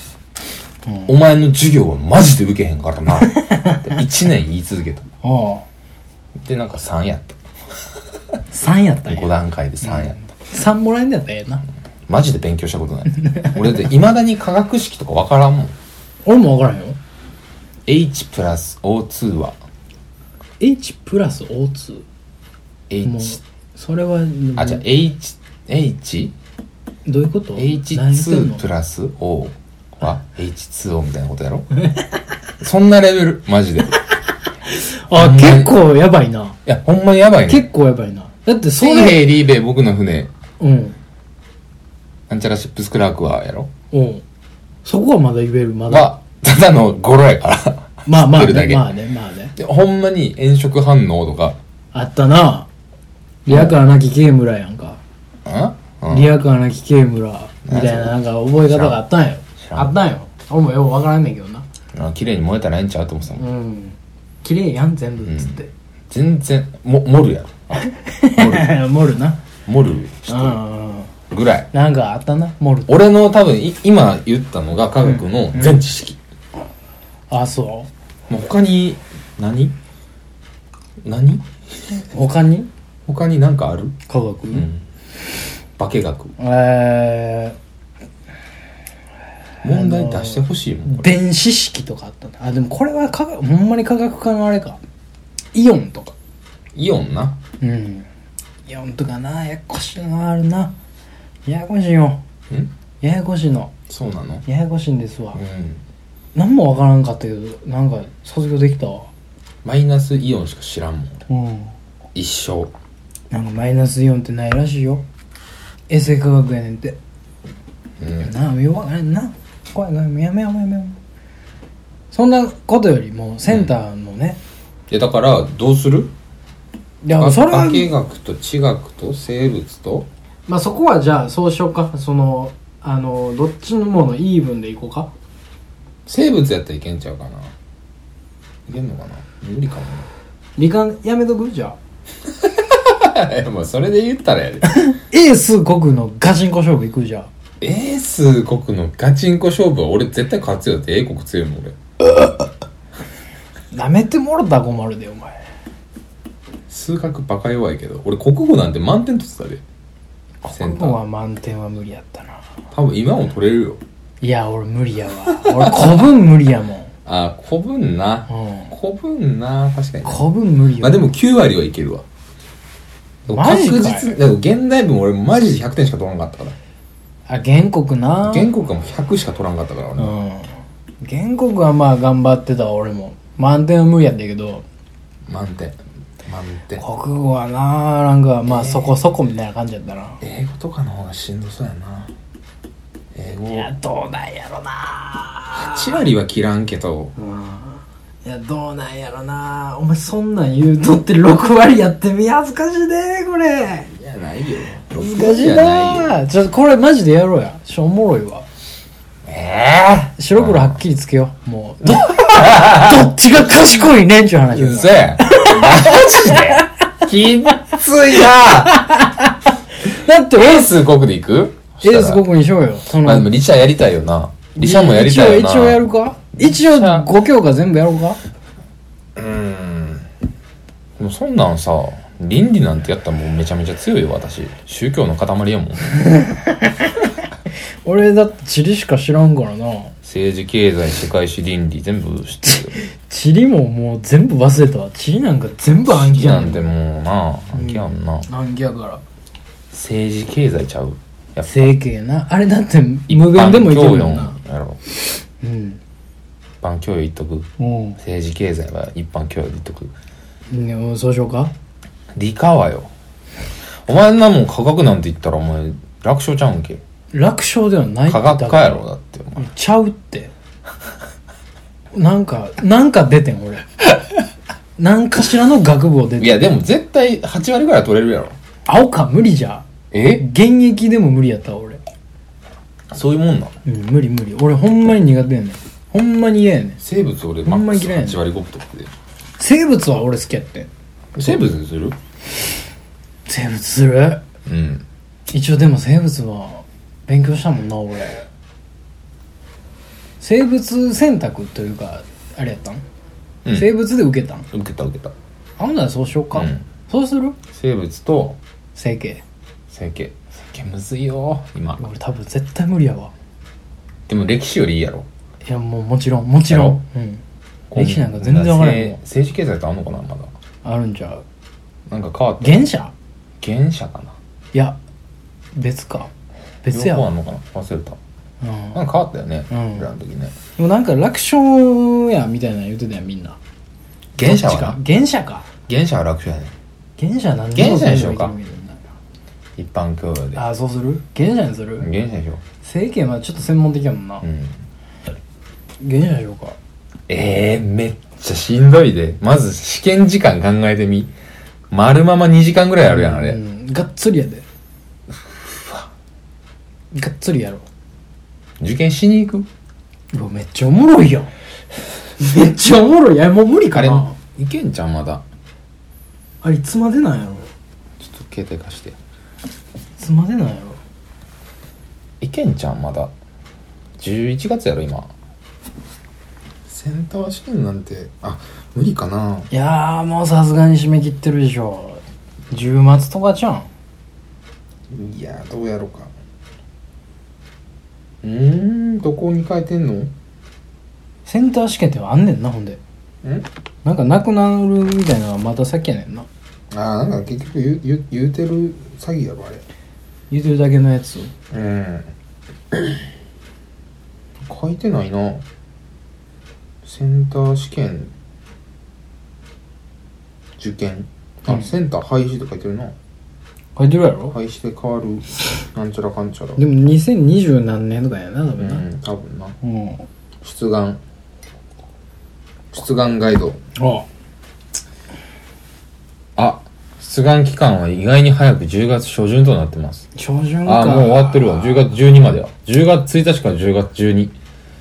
[SPEAKER 2] お前の授業はマジで受けへんからな1年言い続けた
[SPEAKER 1] あ
[SPEAKER 2] でなんか3やった
[SPEAKER 1] あ3やったんや
[SPEAKER 2] 5段階で3やった、
[SPEAKER 1] 3もらえんだったらええな
[SPEAKER 2] マジで勉強したことない俺だっていまだに化学式とかわからんもん
[SPEAKER 1] 俺も分からんよ
[SPEAKER 2] H プラス O2 は
[SPEAKER 1] H プラス O2 もう
[SPEAKER 2] H
[SPEAKER 1] それは
[SPEAKER 2] あじゃあ H H
[SPEAKER 1] どういうこと何言ってん
[SPEAKER 2] H2
[SPEAKER 1] の
[SPEAKER 2] プラス O は H2O みたいなことやろそんなレベルマジでい
[SPEAKER 1] あ
[SPEAKER 2] うん
[SPEAKER 1] 結構やばいな
[SPEAKER 2] やほんまにやばいね
[SPEAKER 1] 結構やばいなだってそ
[SPEAKER 2] 水
[SPEAKER 1] れ
[SPEAKER 2] 平リーベ僕の船
[SPEAKER 1] うん
[SPEAKER 2] なんちゃらシップスクラークはやろ
[SPEAKER 1] うんそこはまだ言えるまだ
[SPEAKER 2] はただの語呂やから
[SPEAKER 1] まあまあ
[SPEAKER 2] 知ってるだ
[SPEAKER 1] ね
[SPEAKER 2] け
[SPEAKER 1] まあねまあね
[SPEAKER 2] でほんまに炎色反応とか
[SPEAKER 1] あったなリアカーなきゲームらやんか
[SPEAKER 2] んうん
[SPEAKER 1] リアカーなき警村みたいななんか覚え方があったんよ
[SPEAKER 2] 知らん
[SPEAKER 1] あったんよ俺もよくわからんねんけどな
[SPEAKER 2] あ綺麗に燃えたらええんちゃうと思ってたもん
[SPEAKER 1] うん綺麗やん全部っつって、
[SPEAKER 2] 全然も盛るやろあ
[SPEAKER 1] [LAUGHS] モルな
[SPEAKER 2] 盛る
[SPEAKER 1] うんうん
[SPEAKER 2] ぐらい
[SPEAKER 1] なんかあったなモル
[SPEAKER 2] 俺の多分い今言ったのが科学の全知識、
[SPEAKER 1] あそ
[SPEAKER 2] もう他に何何
[SPEAKER 1] う他に
[SPEAKER 2] 他に何かある、
[SPEAKER 1] 科学、
[SPEAKER 2] うん、化学
[SPEAKER 1] え
[SPEAKER 2] 問題出してほしいもん
[SPEAKER 1] ー、電子式とかあったなあでもこれは科学ほんまに科学科のあれかイオンとか
[SPEAKER 2] イオンな
[SPEAKER 1] うんイオンとかなややこしいのあるなややこしいよ
[SPEAKER 2] ん
[SPEAKER 1] ややこしいの
[SPEAKER 2] そうなの
[SPEAKER 1] ややこしいんですわ、
[SPEAKER 2] うん
[SPEAKER 1] 何もわからんかったけどなんか卒業できたわ
[SPEAKER 2] マイナスイオンしか知らんもん俺
[SPEAKER 1] うん
[SPEAKER 2] 一生
[SPEAKER 1] なんかマイナスイオンってないらしいよ衛生科学やねんって
[SPEAKER 2] うん
[SPEAKER 1] なあ弱いな怖い怖いやめようやめようそんなことよりもセンターのね、
[SPEAKER 2] いやだからどうする
[SPEAKER 1] いや
[SPEAKER 2] 化
[SPEAKER 1] それは
[SPEAKER 2] 化学と地学と生物と
[SPEAKER 1] まあそこはじゃあそうしようかそのあのどっちのものイーブンでいこうか
[SPEAKER 2] 生物やったらいけんちゃうかないけんのかな無理かも
[SPEAKER 1] 理科やめとくじゃあ
[SPEAKER 2] な [LAUGHS] いやもうそれで言ったらやで
[SPEAKER 1] エース国のガチンコ勝負いくじゃ
[SPEAKER 2] エース国のガチンコ勝負は俺絶対勝つよって英国強いもん俺
[SPEAKER 1] あなめてもろたら困るでお前
[SPEAKER 2] 数学バカ弱いけど俺国語なんて満点取ってたでセン
[SPEAKER 1] 国
[SPEAKER 2] タ
[SPEAKER 1] 語
[SPEAKER 2] ー
[SPEAKER 1] は満点は無理やったな
[SPEAKER 2] 多分今も取れるよ
[SPEAKER 1] いや俺無理やわ俺古文無理やもん
[SPEAKER 2] あー古文な
[SPEAKER 1] うん
[SPEAKER 2] 古文な確かに
[SPEAKER 1] 古文無理よ
[SPEAKER 2] まあでも9割はいけるわ
[SPEAKER 1] マジかい
[SPEAKER 2] 確実にでも現代文俺マジで100点しか取らんかったから
[SPEAKER 1] あ原告な
[SPEAKER 2] 原告はもう100しか取らんかったから俺、
[SPEAKER 1] うん原告はまあ頑張ってたわ俺も満点は無理やったけど
[SPEAKER 2] 満点満点
[SPEAKER 1] 国語はななんかまあそこそこみたいな感じやったな、
[SPEAKER 2] 英語とかの方がしんどそうやな英語
[SPEAKER 1] いやどうなんやろな
[SPEAKER 2] 8割は切らんけど
[SPEAKER 1] いやどうなんやろなお前そんなん言うとって6割やってみ恥ずかしいねこれ
[SPEAKER 2] いやないよ
[SPEAKER 1] 恥ずかしいなちょっとこれマジでやろうやしょおもろいわ
[SPEAKER 2] え
[SPEAKER 1] 白黒はっきりつけようも [LAUGHS] うどどっちが賢いねんちゅう
[SPEAKER 2] え
[SPEAKER 1] 話
[SPEAKER 2] ー、う
[SPEAKER 1] や
[SPEAKER 2] そやマジできっついな
[SPEAKER 1] だって
[SPEAKER 2] エ
[SPEAKER 1] エ
[SPEAKER 2] ー
[SPEAKER 1] ース
[SPEAKER 2] ス国でいく
[SPEAKER 1] エースこ
[SPEAKER 2] 国
[SPEAKER 1] こにしようよその
[SPEAKER 2] まあでもリシャやりたいよなリシャもやりたいよな
[SPEAKER 1] 一応一応やるか一応5教科全部やろうか
[SPEAKER 2] うーんでもそんなんさ倫理なんてやったらもうめちゃめちゃ強いよ私宗教の塊
[SPEAKER 1] [LAUGHS]
[SPEAKER 2] やもん
[SPEAKER 1] 俺だって地理しか知らんからな
[SPEAKER 2] 政治経済世界史倫理全部知ってるよ
[SPEAKER 1] 地理ももう全部忘れたわ地理なんか全部暗記や
[SPEAKER 2] なんんてもうな暗記やんな、
[SPEAKER 1] 暗記やから
[SPEAKER 2] 政治経済ちゃうやっぱ
[SPEAKER 1] 整形なあれだって無限でもいけるよな
[SPEAKER 2] 一般教養やろ
[SPEAKER 1] うん
[SPEAKER 2] 一般教養言っとく
[SPEAKER 1] も
[SPEAKER 2] 政治経済は一般教養で言っとく
[SPEAKER 1] うんねもうそうしようか
[SPEAKER 2] 理科はよお前んなもん科学なんて言ったらお前楽勝ちゃうんけ
[SPEAKER 1] 楽勝ではないって
[SPEAKER 2] 科学科やろだってお前
[SPEAKER 1] ちゃうってなんかなんか出てん俺なんかしらの学部を出
[SPEAKER 2] い
[SPEAKER 1] てん
[SPEAKER 2] やでも絶対8割ぐらいは取れるやろ
[SPEAKER 1] 青か無理じゃ
[SPEAKER 2] え
[SPEAKER 1] 現役でも無理やったわ俺
[SPEAKER 2] そういうもんなの
[SPEAKER 1] うん、無理無理俺ほんまに苦手やねんほんまに嫌やねん
[SPEAKER 2] 生物俺
[SPEAKER 1] ほ
[SPEAKER 2] マ
[SPEAKER 1] んま
[SPEAKER 2] ッ
[SPEAKER 1] に
[SPEAKER 2] クス
[SPEAKER 1] 嫌いやね
[SPEAKER 2] 8割5分取って
[SPEAKER 1] 生物は俺好きやってん
[SPEAKER 2] 生物にする
[SPEAKER 1] 生物する
[SPEAKER 2] うん
[SPEAKER 1] 一応でも生物は勉強したもんな俺生物選択というかあれやったん、
[SPEAKER 2] うん
[SPEAKER 1] 生物で受けたん
[SPEAKER 2] 受けた受けた
[SPEAKER 1] あんならそうしようか、
[SPEAKER 2] うん
[SPEAKER 1] そうする
[SPEAKER 2] 生物と
[SPEAKER 1] 整形
[SPEAKER 2] 整形整形むずいよ今
[SPEAKER 1] 俺多分絶対無理やわ
[SPEAKER 2] でも歴史よりいいやろ
[SPEAKER 1] いやもうもちろんもちろん、うん、歴史なんか全然わからへん
[SPEAKER 2] せ
[SPEAKER 1] もん
[SPEAKER 2] 政治経済ってあんのかなまだ
[SPEAKER 1] あるんちゃう
[SPEAKER 2] なんか変わった
[SPEAKER 1] 原社
[SPEAKER 2] 原社かない
[SPEAKER 1] や別か別や
[SPEAKER 2] 両方あ
[SPEAKER 1] わ、
[SPEAKER 2] んのかな忘れた
[SPEAKER 1] うん、
[SPEAKER 2] なんか変わったよね
[SPEAKER 1] うん
[SPEAKER 2] 俺らの時ね
[SPEAKER 1] でもなんか楽勝やみたいなの言ってたよみんな
[SPEAKER 2] 原社
[SPEAKER 1] どっち
[SPEAKER 2] は
[SPEAKER 1] か
[SPEAKER 2] な
[SPEAKER 1] 原社か
[SPEAKER 2] 原社は楽勝やね
[SPEAKER 1] 原社なん
[SPEAKER 2] 原社にしようか一般教養で
[SPEAKER 1] ああそうする原社にする
[SPEAKER 2] 原社でしょ
[SPEAKER 1] 政権はちょっと専門的やもんな、
[SPEAKER 2] うん
[SPEAKER 1] 原社にしようか
[SPEAKER 2] ええめっちゃしんどいで。まず試験時間考えてみ。丸まま2時間ぐらいあるやん、あれ。
[SPEAKER 1] うん、がっつりやでがっつりやろう
[SPEAKER 2] 受験しに行く
[SPEAKER 1] うわめっちゃおもろいやん [LAUGHS] めっちゃおもろいいやもう無理
[SPEAKER 2] あ
[SPEAKER 1] か
[SPEAKER 2] れ
[SPEAKER 1] ない
[SPEAKER 2] けんちゃんまだ
[SPEAKER 1] あれいつまでなんやろい
[SPEAKER 2] ちょっと携帯貸して
[SPEAKER 1] つまでなんやろ
[SPEAKER 2] いけんちゃんまだ11月やろ今センター試験なんてあ無理かない
[SPEAKER 1] やーもうさすがに締め切ってるでしょ10末とかじゃん
[SPEAKER 2] いやどうやろうかうーんどこに変えてんのん
[SPEAKER 1] センター試験ってあんねんなほんでなんかなくなるみたいなのはまた先やねんな
[SPEAKER 2] あーなんか結局言う言う言うてる詐欺やろあれ
[SPEAKER 1] 言うてるだけのやつ
[SPEAKER 2] うん書いてないなセンター試験受験あ、
[SPEAKER 1] うん
[SPEAKER 2] センター廃止って書いてるな
[SPEAKER 1] 書いてるやろ
[SPEAKER 2] 廃止で変わるなんちゃらかんちゃら
[SPEAKER 1] でも2020何年とかやな多
[SPEAKER 2] う
[SPEAKER 1] 分な、
[SPEAKER 2] ん多分な
[SPEAKER 1] うん、あ
[SPEAKER 2] 出願出願ガイド
[SPEAKER 1] あ
[SPEAKER 2] あ出願期間は意外に早く10月初旬となってます
[SPEAKER 1] 標準か
[SPEAKER 2] あもう終わってるわ10月12までは10月1日から10月12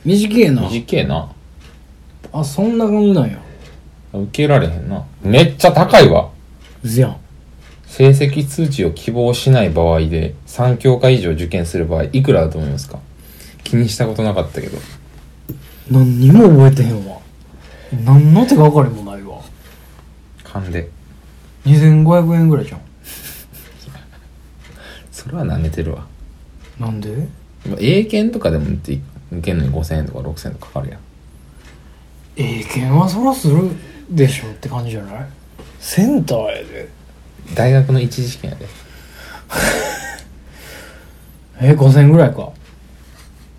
[SPEAKER 1] 短えな
[SPEAKER 2] 短えな
[SPEAKER 1] あそんな感じなんや
[SPEAKER 2] 受けられへんなめっちゃ高いわ
[SPEAKER 1] うずやん
[SPEAKER 2] 成績通知を希望しない場合で3教科以上受験する場合いくらだと思いますか気にしたことなかったけど
[SPEAKER 1] 何にも覚えてへんわ何の手がかりもないわ
[SPEAKER 2] 勘で
[SPEAKER 1] 2500円ぐらいじゃん
[SPEAKER 2] それは舐めてるわ
[SPEAKER 1] なんで
[SPEAKER 2] まあ英検とかでもって受けんのに5000円とか6000円とかかかるやん
[SPEAKER 1] 英検はそらするでしょって感じじゃないセンターやで
[SPEAKER 2] 大学の一次試験やで
[SPEAKER 1] え5000円ぐらいか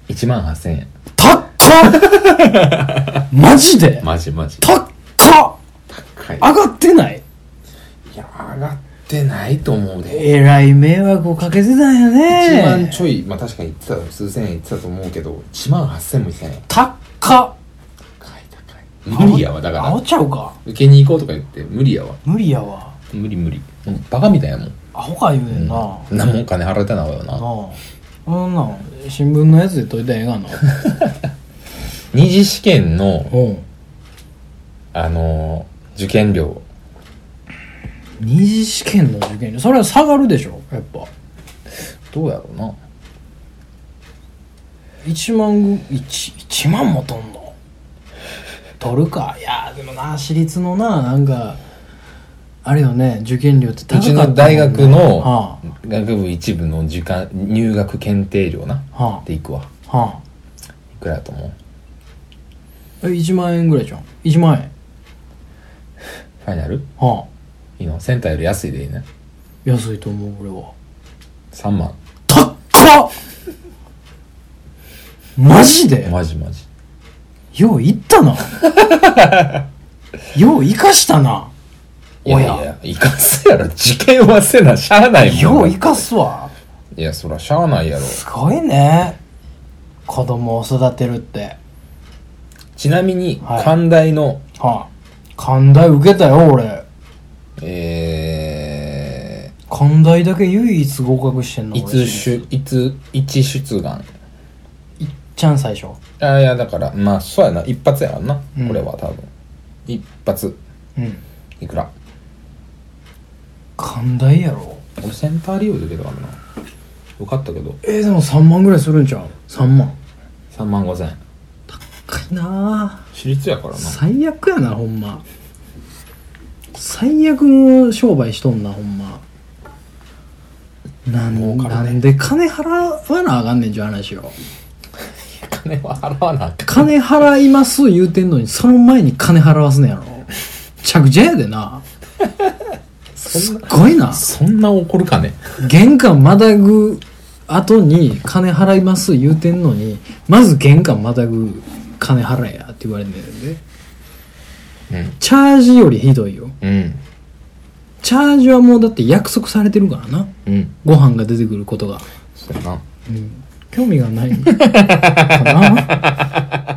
[SPEAKER 2] 1万8000円
[SPEAKER 1] たっか [LAUGHS] マジで
[SPEAKER 2] マジマジ
[SPEAKER 1] たっか
[SPEAKER 2] 高い
[SPEAKER 1] 上がってない
[SPEAKER 2] いや上がってないと思うで
[SPEAKER 1] えらい迷惑をかけてたんや
[SPEAKER 2] 1万
[SPEAKER 1] ね
[SPEAKER 2] ちょいまあ確かに言ってた数千円言ってたと思うけど1万8000もいってない
[SPEAKER 1] たっか
[SPEAKER 2] 高い高い無理やわだか
[SPEAKER 1] あお
[SPEAKER 2] ら
[SPEAKER 1] っちゃうか
[SPEAKER 2] 受けに行こうとか言って無理やわ
[SPEAKER 1] 無理やわ
[SPEAKER 2] 無理無理もうバカみたいやもん
[SPEAKER 1] アホか言うねんな、
[SPEAKER 2] 何も金払ってないわよ
[SPEAKER 1] な
[SPEAKER 2] な
[SPEAKER 1] あそんなん新聞のやつで解いたらええが
[SPEAKER 2] [LAUGHS]
[SPEAKER 1] な
[SPEAKER 2] 二次試験の
[SPEAKER 1] うん
[SPEAKER 2] あのー受験料
[SPEAKER 1] 二次試験の受験料それは下がるでしょやっぱ
[SPEAKER 2] どうやろうな
[SPEAKER 1] 1万ぐ 1, 1万も取んの取るかいやーでもな私立のななんかあれよね受験料って高かっ
[SPEAKER 2] う
[SPEAKER 1] た
[SPEAKER 2] ちの大学の
[SPEAKER 1] は
[SPEAKER 2] 学部一部の受験入学検定料な
[SPEAKER 1] あは
[SPEAKER 2] でいくわ
[SPEAKER 1] あはあ
[SPEAKER 2] いくらやと思う
[SPEAKER 1] え1万円ぐらいじゃん1万円
[SPEAKER 2] ファイナル
[SPEAKER 1] はい
[SPEAKER 2] いのセンターより安いでいい
[SPEAKER 1] あ
[SPEAKER 2] ね
[SPEAKER 1] 安いと思う俺は
[SPEAKER 2] 3万
[SPEAKER 1] 高っかマジで
[SPEAKER 2] マジマジ
[SPEAKER 1] よう行ったな [LAUGHS] よう生かしたない
[SPEAKER 2] やい
[SPEAKER 1] おや
[SPEAKER 2] やいかすやろ受験はせなしゃあない
[SPEAKER 1] よ
[SPEAKER 2] も
[SPEAKER 1] うん生かすわ
[SPEAKER 2] いやそらしゃあないやろ
[SPEAKER 1] すごいね子供を育てるって
[SPEAKER 2] ちなみに
[SPEAKER 1] はい
[SPEAKER 2] 寛大の、
[SPEAKER 1] はあ寛大受けたよ俺
[SPEAKER 2] え
[SPEAKER 1] 寛大だけ唯一合格してんの
[SPEAKER 2] ー、い
[SPEAKER 1] 俺
[SPEAKER 2] つしゅいつ一出願
[SPEAKER 1] いっちゃん最初
[SPEAKER 2] あいやだからまあそうやな一発やわな、
[SPEAKER 1] うん
[SPEAKER 2] これは多分一発
[SPEAKER 1] うん
[SPEAKER 2] いくら
[SPEAKER 1] 寛大やろ
[SPEAKER 2] 俺センター利用で受けたからな受かったけど
[SPEAKER 1] えー、でも3万ぐらいするんちゃう3万
[SPEAKER 2] 3万5千円
[SPEAKER 1] かいな
[SPEAKER 2] 私立やからな
[SPEAKER 1] あ最悪やなほんま最悪の商売しとんなほんまなん,、
[SPEAKER 2] 儲から
[SPEAKER 1] な
[SPEAKER 2] ね
[SPEAKER 1] んで金払わなあかんねんじゃ話よ
[SPEAKER 2] 金は払わなあかん
[SPEAKER 1] 金払います言うてんのにその前に金払わすねやろめちゃくちゃやでなすっごいな
[SPEAKER 2] そんな怒るかね
[SPEAKER 1] 玄関またぐ後に金払います言うてんのにまず玄関またぐ金払えやって言われんねんで
[SPEAKER 2] うん
[SPEAKER 1] チャージよりひどいよ
[SPEAKER 2] うん
[SPEAKER 1] チャージはもうだって約束されてるからな
[SPEAKER 2] うん
[SPEAKER 1] ご飯が出てくることが、
[SPEAKER 2] そうやな
[SPEAKER 1] [LAUGHS] 興味がないかな